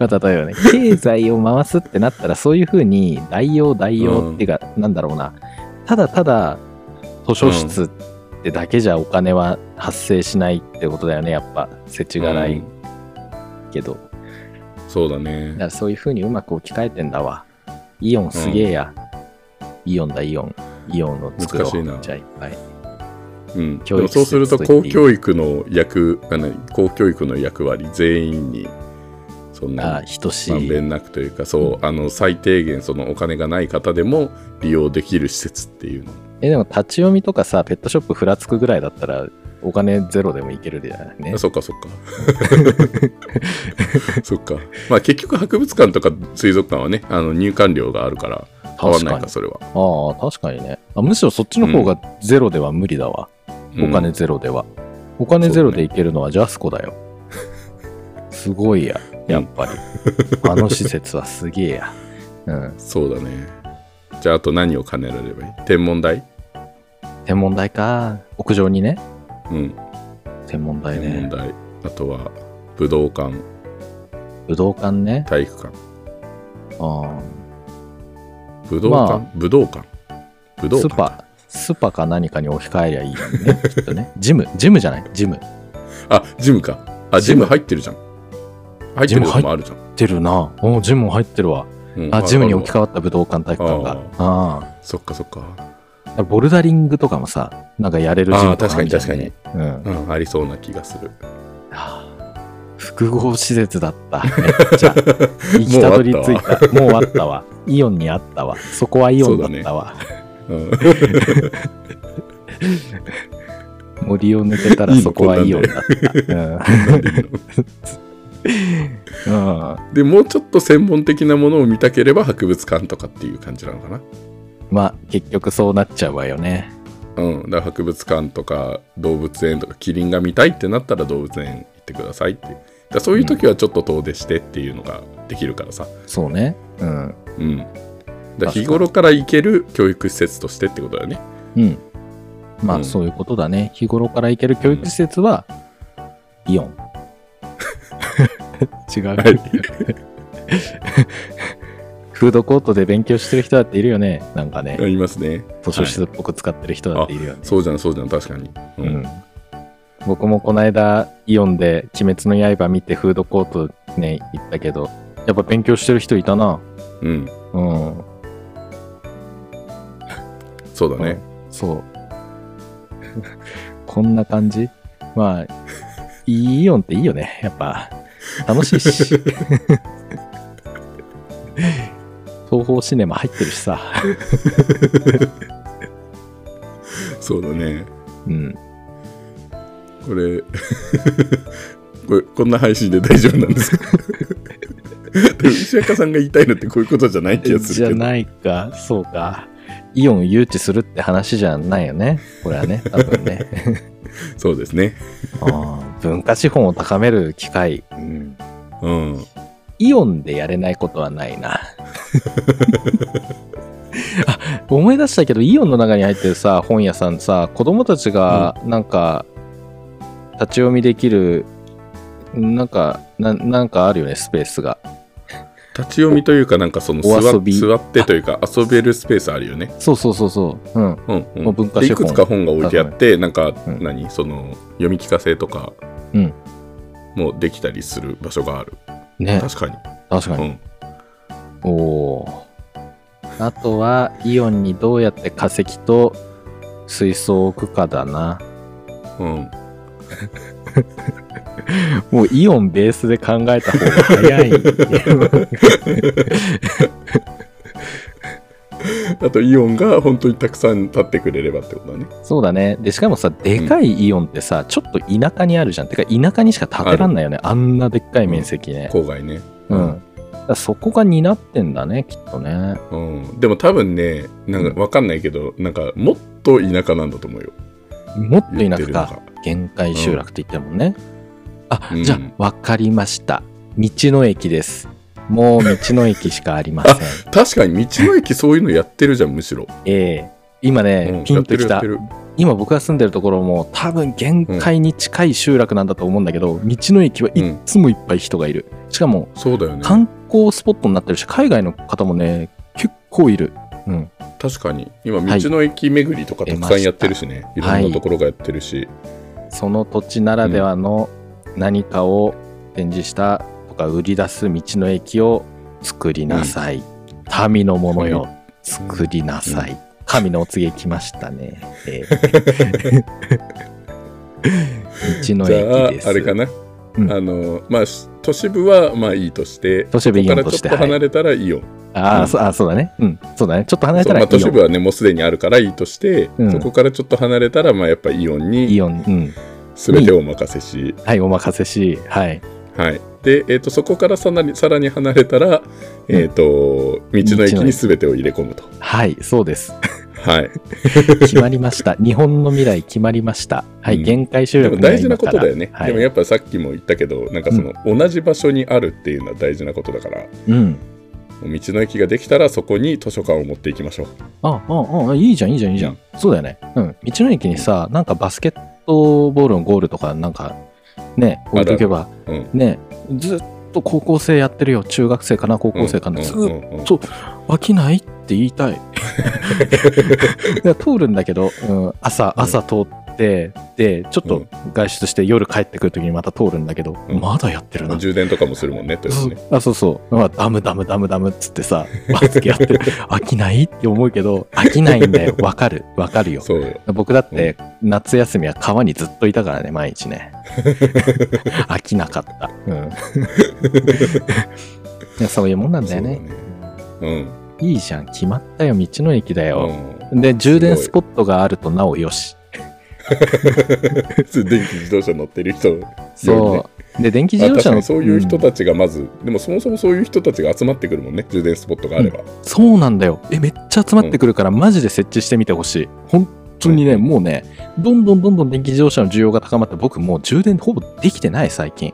S1: まあ、例えばね経済を回すってなったらそういうふうに代用代用っていうか、なんだろうなただただ図書室ってだけじゃお金は発生しないってことだよねやっぱ世知がない
S2: うん
S1: けど、
S2: そうだ
S1: だ
S2: ね
S1: からそういう風にうまく置き換えてんだわ。イオンすげえや、イオンだイオン。イオンの作ろう
S2: 難しいな
S1: じゃあいっぱい。
S2: うんで
S1: 教育
S2: もそうすると
S1: 施設と言っ
S2: 公
S1: ていい
S2: 教育の役あの公教育の役割全員にそん
S1: あ
S2: な
S1: 等し
S2: まん
S1: い。
S2: べんなくというかそうあの最低限そのお金がない方でも利用できる施設っていうの
S1: え、でも立ち読みとかさ、ペットショップふらつくぐらいだったら、お金ゼロでもいけるじゃないね
S2: あ。そっかそっかそっかまあ結局博物館とか水族館はねあの入館料があるから (laughs) 変わん
S1: 確
S2: な
S1: か
S2: い
S1: に
S2: か。それは
S1: ああ、確かにねあ。むしろそっちの方がゼロでは無理だわ。お金ゼロでは。お金ゼロでいけるのはジャスコだよ。すごいや、やっぱり。あの施設はすげえや。うん。
S2: そうだねじゃああと何を兼ねられればいい天文台
S1: 天文台か。屋上にね。
S2: うん
S1: 天文台
S2: 天
S1: ね
S2: 文。台あとは武道館
S1: 武道館ね。
S2: 体育館
S1: あ
S2: 武道館、
S1: ま
S2: 武道館
S1: あ
S2: 武道
S1: ス
S2: 館
S1: パ、スパか何かに置き換えりゃいいよね、きっとね。 (laughs) ジム、ジムじゃないジム。っ
S2: あジムかあジ
S1: ジ
S2: ム
S1: ム
S2: 入ってるじゃん入ってるのもあるじゃん
S1: てるな。おうジムも入ってるわ。
S2: うん
S1: あ、ジムに
S2: る
S1: 置き換わった武道館体育館が。あ
S2: そっかそっか
S1: あ。ボルダリングとかもさ、なんかやれるジムとかあるじゃんね。うん。
S2: うんありそうな気がする
S1: はあ複合施設だった。めっ (laughs) ちゃ。行きたどり着いた。もうあったわ。イオンにあったわ。そこはイオンだったわ。
S2: うん (laughs)
S1: 森を抜けたらそこはイオンだった。うん。うん
S2: でもうちょっと専門的なものを見たければ博物館とかっていう感じなのかな。
S1: まあ結局そうなっちゃうわよね。
S2: うん、だから博物館とか動物園とかキリンが見たいってなったら動物園行ってくださいっていうだからそういう時はちょっと遠出してっていうのができるからさ、
S1: そうね。うん。
S2: うん、だから日頃から行ける教育施設としてってことだよね
S1: うん。ま
S2: うん
S1: あそういうことだね。日頃から行ける教育施設 (laughs) は、イオン。違う。
S2: はい
S1: フードコートで勉強してる人だっているよね。なんかね、
S2: いますね。
S1: 図書室っぽく使ってる人だっているよね。
S2: そうじゃん、そうじゃん、確かに。う
S1: うん。僕もこの間、イオンで鬼滅の刃見てフードコートね、行ったけど、やっぱ勉強してる人いたな。
S2: うん、
S1: うん。
S2: そうだね。
S1: そう。 (laughs) こんな感じまあ、イオンっていいよね。やっぱ、楽しい
S2: (laughs)
S1: し。東宝シネマ入ってるしさ。
S2: そうだね。
S1: うん。
S2: これ (laughs) これ、こんな配信で大丈夫なんです
S1: (laughs)
S2: かでも石若さんが言いたいのってこういうことじゃない気がす
S1: じ
S2: る
S1: ゃ
S2: けど。
S1: ないか。そうか。イオン誘致するって話じゃないよね。これはね。多分
S2: (laughs)
S1: ね。
S2: そうですね。
S1: うん文化資本を高める機会。うん
S2: うん。
S1: イオンでやれないことはない (laughs) な。あ思い出したけどイオンの中に入ってるさ本屋さんさ子供たちがなんか立ち読みできるなんかななんかあるよねスペースが
S2: 立ち読みというか、なんかその
S1: お
S2: 座
S1: 遊び
S2: 座ってというか、遊べるスペースあるよね。
S1: そうそうそうそううん
S2: うん、うん。
S1: もう文化
S2: で
S1: 資
S2: い
S1: 本
S2: くつか本が置いてあって、なんか、
S1: うん
S2: 何その、読み聞かせとか、
S1: うん
S2: もうできたりする場所がある。
S1: ね
S2: 確かに。
S1: 確か
S2: う
S1: に、
S2: ん。
S1: おおーあとはイオンにどうやって化石と水槽を置くかだな
S2: うん。
S1: もうイオンベースで考えた方が早 (laughs) い
S2: あと、イオンが本当にたくさん立ってくれればってことだね。
S1: そうだね。で、しかもさ、でかいイオンってさ、ちょっと田舎にあるじゃん。てか、田舎にしか建てらんないよね。あんなでっかい面積ね。
S2: 郊外ね。
S1: うん。だからそこが担ってんだね、きっとね。
S2: うん、でも多分ね、なんかわかんないけど、なんかもっと田舎なんだと思うよ。
S1: もっと
S2: 言っ
S1: 田
S2: て
S1: 舎
S2: るのが
S1: か。。限界集落って言ってるもんね。あ、
S2: うん
S1: じゃあ、わかりました。道の駅です。もう道の駅しかあり
S2: (laughs)
S1: ません。
S2: 確かに道の駅そういうのやってるじゃん、むしろ。
S1: ええ今ね、
S2: うん
S1: ピンとき
S2: やったてるやって
S1: 今僕が住んでるところも多分限界に近い集落なんだと思うんだけど、道の駅はいっつもいっぱい人がいる、しかも
S2: るそうだよね。
S1: 観光スポットになってるし、海外の方もね、結構いる。うん。
S2: 確かに。今、道の駅巡りとかたくさんやってるしね。い
S1: 出ました
S2: ろんなところがやってるし。
S1: その土地ならではの何かを展示したとか売り出す道の駅を作りなさい。民のものよ、作りなさい。神のお告げ来ましたね。
S2: (laughs)
S1: えー道の
S2: じゃ
S1: 駅
S2: あ
S1: で、す。
S2: あれかな。
S1: うん
S2: あの、まあ、し都市部はまあいいとして、
S1: 都市部
S2: そ
S1: イ
S2: こか
S1: オン
S2: ら
S1: と
S2: ちょ
S1: し
S2: ってと離れたらイオン。
S1: あ
S2: う
S1: ー
S2: ん
S1: そあ、そうだね。うん。そうだね。ちょっと離れ
S2: そ
S1: たら
S2: うま
S1: イ
S2: あ、都
S1: オ
S2: 市
S1: ン。
S2: 部はね、もうすでにあるからいいとして、
S1: うん
S2: そこからちょっと離れたら、まあやっぱイオン
S1: イ
S2: に
S1: オン。うん。
S2: 全てをお任せし、
S1: はい、お任せし。はい。
S2: はい。で、えっ、と、そこからさらにさらに離れたら、えっ、と、道の駅に全てを入れ込むと。
S1: はい、そうです。
S2: はい。
S1: 決まりま
S2: (laughs)
S1: した。日本の未来決まりました。はい、
S2: うん
S1: 限界集
S2: で
S1: 落
S2: も
S1: には
S2: 大
S1: 今
S2: 事なこ
S1: か
S2: と
S1: ら
S2: だよね。
S1: は
S2: でも
S1: い、
S2: やっぱさっきも言ったけど、なんかその、同じ場所にあるっていうのは大事なことだから、
S1: うん。
S2: 道の駅ができたらそこに図書館を持っていきましょう。
S1: あ、あ、あ、いいじゃん、いいじゃん、いいじゃん。そうだよね。うん。道の駅にさ、なんかバスケットボールのゴールとか、なんか、ね、置いとけば、
S2: うん。
S1: ね、ずっと高校生やってるよ。中学生かな、高校生かな。ずっと
S2: っ
S1: と飽きないって言い
S2: (laughs)
S1: たい。いや通るんだけど、うん、朝、
S2: うん
S1: 朝通って、で、ちょっ
S2: う
S1: と
S2: ん
S1: 外出して夜帰ってくるときにまた通るんだけど、
S2: うん
S1: まだやってるな。
S2: 充電とかもするもんね、というね。
S1: あそうそう、まあ、ダムダムダムダムっつってさバスケやって
S2: (laughs)
S1: る飽きないって思うけど飽きないんだよわかるわかるよ
S2: そうよ。
S1: 僕だって夏休みは川にずっといたからね毎日
S2: (laughs)
S1: ね飽きなかった、うん、 (laughs) いやそういうもんなんだよね
S2: うん。
S1: いいじゃん決まったよ道の駅だ
S2: う
S1: よ、
S2: ん。
S1: で充電スポットがあるとなおよし
S2: 電気自動車乗ってる人
S1: そうで電気自
S2: あ
S1: 動
S2: 確
S1: 車
S2: か
S1: の
S2: にそういう人
S1: うん
S2: たちがまず、でもそもそもそういう人たちが集まってくるもんね充電スポットがあれば、
S1: そうなんだよ。え、めっちゃ集まってくるから、マジで設置してみてほしい。本当にね、もうね、どんどんどんどん電気自動車の需要が高まって、僕もう充電ほぼできてない、最近。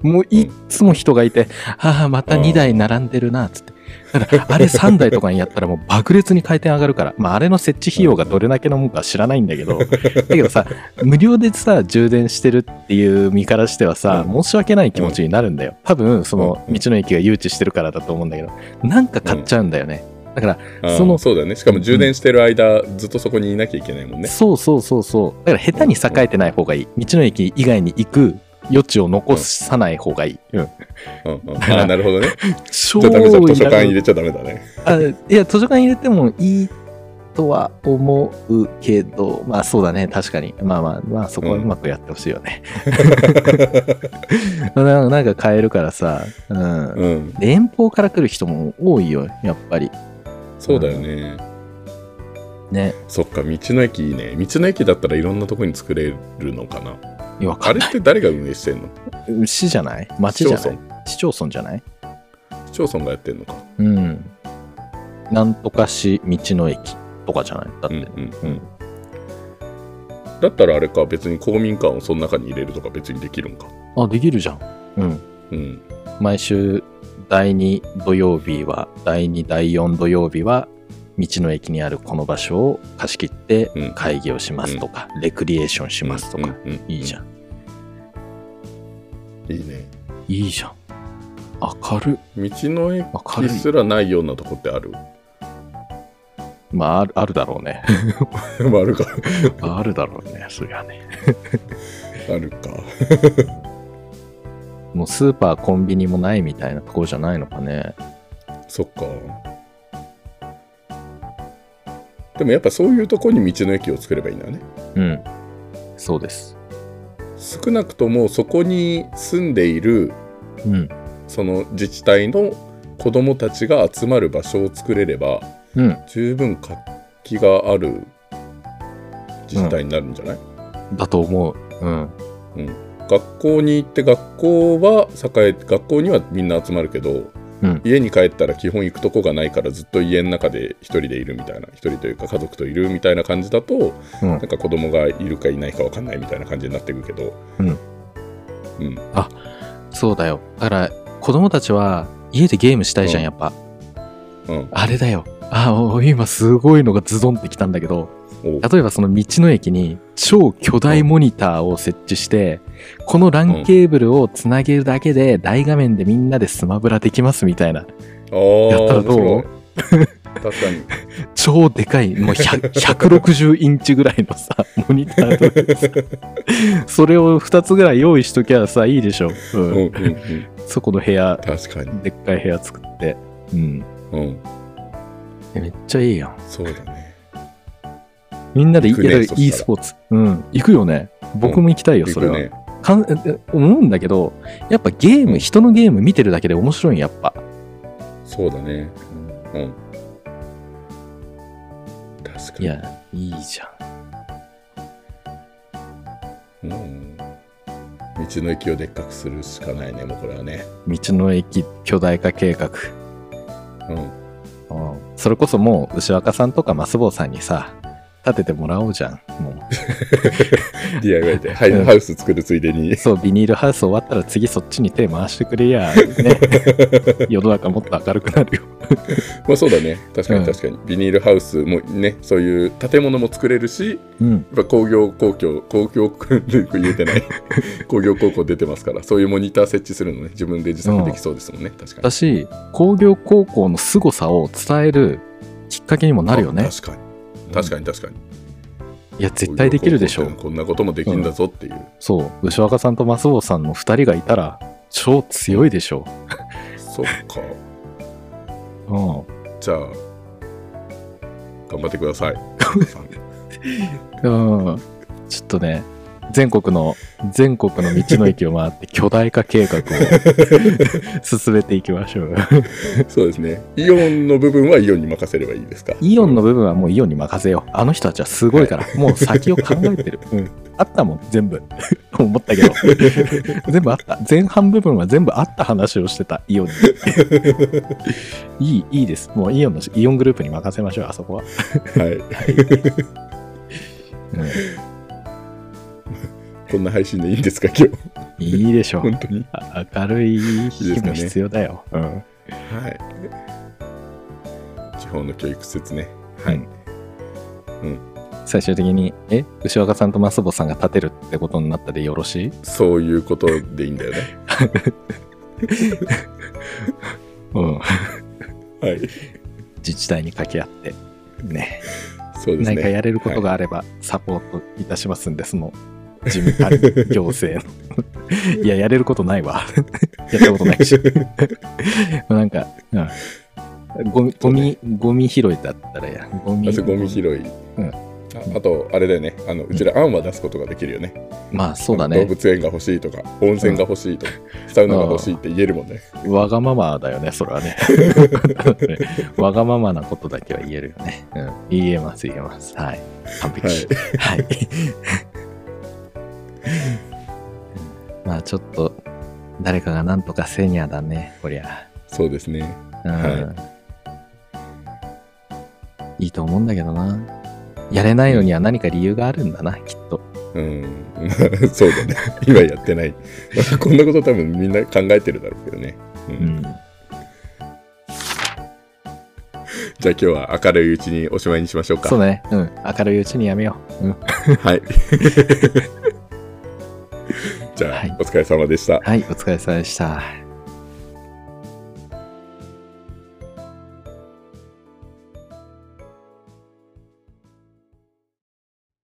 S1: もういっつも人がいて、ああ、また2台並んでるな、つって。ただあれ3台とかにやったらも
S2: (laughs)
S1: う爆裂に回転上がるから、まあ、あれの設置費用がどれだけのもんか知らないんだけど、だけどさ、無料でさ、充電してるっていう身からしてはさ、
S2: う
S1: 申し訳ない気持ちになるんだよ。多分、その
S2: うん
S1: 道の駅が誘致してるからだと思うんだけど、なんか買っちゃうんだよね。だから、
S2: あー
S1: その
S2: そうだねしかも充電してる間、ずっとそこにいなきゃいけないもんね
S1: そうそうそうそう。だから下手に栄えてない方がいい。道の駅以外に行く余地を残さない方がいい。うん。
S2: うんうん、あーなるほどね
S1: 超
S2: じゃあダメだ図書
S1: いらな
S2: 館
S1: い
S2: 入れちゃダメだね
S1: あいや図書館入れてもいいとは思うけどまあそうだね確かにまあまあまあそこはうまくやってほしいよ
S2: (laughs)
S1: ね、 (laughs) ななんか買えるからさ、うん
S2: うん
S1: 遠方から来る人も多いよやっぱり
S2: そうだよね
S1: ね
S2: そっか道の駅いいね道の駅だったらいろんなとこに作れるのかない
S1: やわ
S2: あ
S1: かん
S2: れ
S1: ない
S2: って誰が運営してんの
S1: 市じゃない町じゃ
S2: 市
S1: な
S2: 町
S1: い市町村じゃない
S2: 村市町村がやってんのか
S1: うんなんとか市道の駅とかじゃないだって、
S2: うん
S1: う
S2: うんんうんだったらあれか別に公民館をその中に入れるとか別にできるんか
S1: あできるじゃんうん
S2: うん
S1: 毎週第2土曜日は第2第4土曜日は道の駅にあるこの場所を貸し切って
S2: うん
S1: 会議をしますとか、レクリエーションしますとか、
S2: うんうんうん
S1: いいじゃん、
S2: いいね
S1: いいじゃん明る
S2: 道の
S1: 明
S2: 駅
S1: るい
S2: すらないようなとこってある (laughs)
S1: まああるあるだろうね
S2: まああるか
S1: (laughs) あるだろうねそりゃね
S2: あるか
S1: もうスーパーコンビニもないみたいなところじゃないのかね
S2: そっかでもやっぱそういうとこに道の駅を作ればいいんだよね
S1: うんそうです
S2: 少なくともそこに住んでいる
S1: うん
S2: その自治体の子どもたちが集まる場所を作れれば
S1: うん
S2: 十分活気がある自治体になるんじゃない、
S1: だと思ううん
S2: 学校に行って学校は栄え学校にはみんな集まるけど、
S1: うん
S2: 家に帰ったら基本行くとこがないからずっと家の中で一人でいるみたいな一人というか家族といるみたいな感じだと、
S1: うん
S2: なんか子供がいるかいないかわかんないみたいな感じになってくるけど、
S1: うん
S2: うん
S1: そうだよだから子供たちは家でゲームしたいじゃん、
S2: うん
S1: やっぱ
S2: うん
S1: あれだよ。あ、お今すごいのがズドンってきたんだけど、
S2: お
S1: 例えばその道の駅に超巨大モニターを設置して、この LAN ケーブルをつなげるだけで大画面でみんなでスマブラできますみたいな、
S2: あー
S1: やったらどう
S2: 面
S1: (laughs)
S2: 白い確かに
S1: 超でかい、もう100 160インチぐらいのさ、モニターとかさそれを2つぐらい用意しときゃさ、いいでしょ。う
S2: うん
S1: ん。
S2: うんうん
S1: そこの部屋、
S2: 確かに
S1: でっかい部屋作って。うん。
S2: うん
S1: えめっちゃいいやん。
S2: そうだね
S1: みんなでい
S2: 行くね
S1: やだ
S2: そ
S1: から
S2: したら
S1: e スポーツ。うん。行くよね。僕も行きたいよ、
S2: 行
S1: それ
S2: く
S1: は。
S2: ね
S1: かんえ思うんだけど、やっぱゲーム、人のゲーム見てるだけで面白いんやっぱ。
S2: そうだねうん確か
S1: い
S2: に
S1: や、いいじゃ
S2: うん道の駅をでっかくするしかないねもうこれはね
S1: ん。道の駅巨大化計画。
S2: うん
S1: うん、それこそもう、牛若さんとか増坊さんにさ、立ててもらおうじゃん。も
S2: DIY でハイ
S1: うん
S2: ハウス作るついでに (laughs)
S1: う。そう、ビニールハウス終わったら次そっちに手回してくれりゃ、
S2: (laughs)
S1: ね。世の中もっと明るくなるよ。
S2: まあそうだね確か
S1: うん
S2: に確かに、ビニールハウスもねそういう建物も作れるし
S1: うん。
S2: やっぱ工業公共公共 (laughs) 言えてない
S1: (laughs)
S2: 工業高校出てますからそういうモニター設置するのね自分で自作できそうですもんね、確かに
S1: だし、工業高校の凄さを伝えるきっかけにもなるよね
S2: あ。確かに確かに確かに、
S1: いや、絶対できるでしょ
S2: 工業高校ってこんなこともできんだぞっていう、
S1: そう、牛若さんと増尾さんの2人がいたら、超強いでしょ
S2: そっか
S1: う。うん。
S2: じゃあ頑張ってく
S1: (laughs)
S2: ださい
S1: うん。ちょっとね、全国の、全国の道の駅を回って巨大化計画を (laughs) 進めていきましょう。
S2: そうですねイオンの部分はイオンに任せればいいですか
S1: イオンの部分はもうイオンに任せよう。あの人たちはすごいから、もう先を考えてる。うん。あったもん、全部。 (laughs) と思ったけど。 (laughs) 全部あった。前半部分は全部あった話をしてた、イオンに。 (laughs) いい、いいです。もうイオンの、イオングループに任せましょう、あそこは。
S2: はい
S1: うん
S2: こんな配信でいい
S1: (laughs)
S2: んですか、今日。
S1: いいでしょう。
S2: 本当に。
S1: あ明るい
S2: いいで
S1: 日
S2: すか
S1: も
S2: ね
S1: 必要だよ。うん
S2: はい。地方の教育説ね。はい。
S1: 最終的に、え、牛若さんとマスボさんが立てるってことになったでよろしい
S2: そういうことでいいんだよね。
S1: うん。
S2: はい。
S1: 自治体に掛け合って。ね。
S2: そうですね。
S1: 何かやれることがあればサポートいたしますんで、その事務管理行政 (laughs) の。いや、やれることないわ。やったことないし。なんか、うん、ゴミ、ゴミ、ゴミ拾いだったらや。ゴミ
S2: (laughs) あ、そうゴミ拾い。
S1: うん
S2: ああと、あれだよね。あの、うちら案は出すことができるよね。
S1: まあそうだ
S2: あの動
S1: ね。
S2: 物園が欲しいとか、温泉が欲しいとか、サウナが欲しいって言えるもんね。
S1: わがままだよね、それは
S2: (laughs)
S1: ね。わがままなことだけは言えるよね。うん、言えます、言えます。はい。完璧。
S2: はい。 (laughs)
S1: はい。まあちょっと、誰かがなんとかせにゃだね、こりゃ。
S2: そうですね。
S1: うん。、
S2: はい
S1: いと思うんだけどな。やれないのには何か理由があるんだな、きっと。
S2: うん。 (laughs) そうだね。今やってない。 (laughs) こんなこと多分みんな考えてるだろうけどね。うん
S1: うん。
S2: じゃあ今日は明るいうちにおしまいにしましょうか。
S1: そうだね。うん。明るいうちにやめよう。うん。
S2: はい。 (laughs) じゃあ、
S1: はい
S2: お疲れ様でした。
S1: はい、お疲れ様でした。